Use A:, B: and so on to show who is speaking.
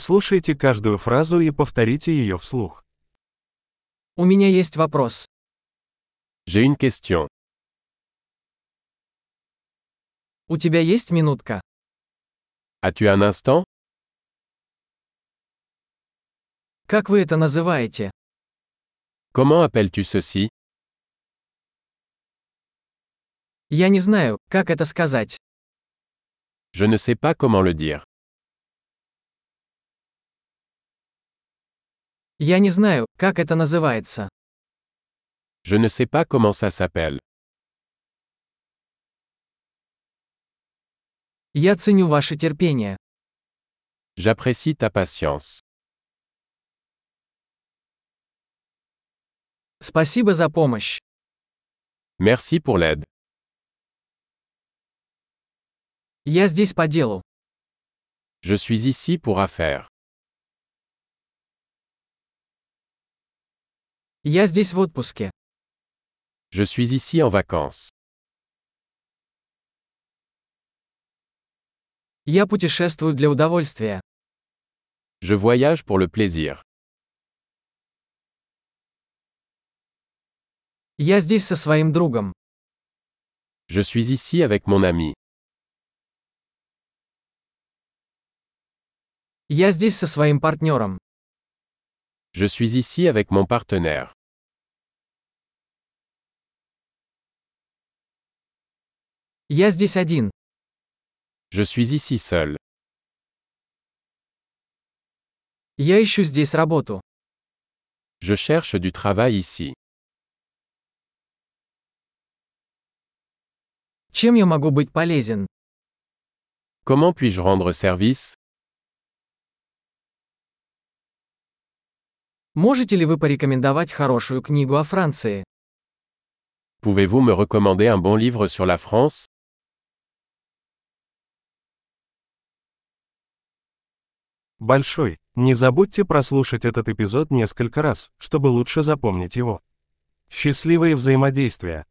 A: Прослушайте каждую фразу и повторите ее вслух.
B: У меня есть вопрос.
C: J'ai une question.
B: У тебя есть минутка?
C: As-tu un instant
B: Как вы это называете?
C: Comment appelles-tu ceci
B: Я не знаю, как это сказать.
C: Je ne sais pas comment le dire.
B: Я не знаю, как это называется.
C: Je ne sais pas comment ça s'appelle.
B: Я ценю ваше терпение.
C: J'apprécie ta patience.
B: Спасибо за помощь.
C: Merci pour l'aide.
B: Я здесь по делу.
C: Je suis ici pour affaires.
B: Я здесь в отпуске.
C: Je suis ici en vacances.
B: Я путешествую для удовольствия.
C: Je voyage pour le plaisir.
B: Я здесь со своим другом.
C: Je suis ici avec mon ami.
B: Я здесь со своим партнером.
C: Je suis ici avec mon partenaire.
B: Я здесь один.
C: Je suis ici seul.
B: Я ищу здесь работу.
C: Je cherche du travail ici.
B: Чем я могу быть полезен?
C: Comment puis-je rendre service
B: Можете ли вы порекомендовать хорошую книгу о Франции?
C: Pouvez-vous me recommander un bon livre sur la France
A: Большой. Не забудьте прослушать этот эпизод несколько раз, чтобы лучше запомнить его. Счастливые взаимодействия!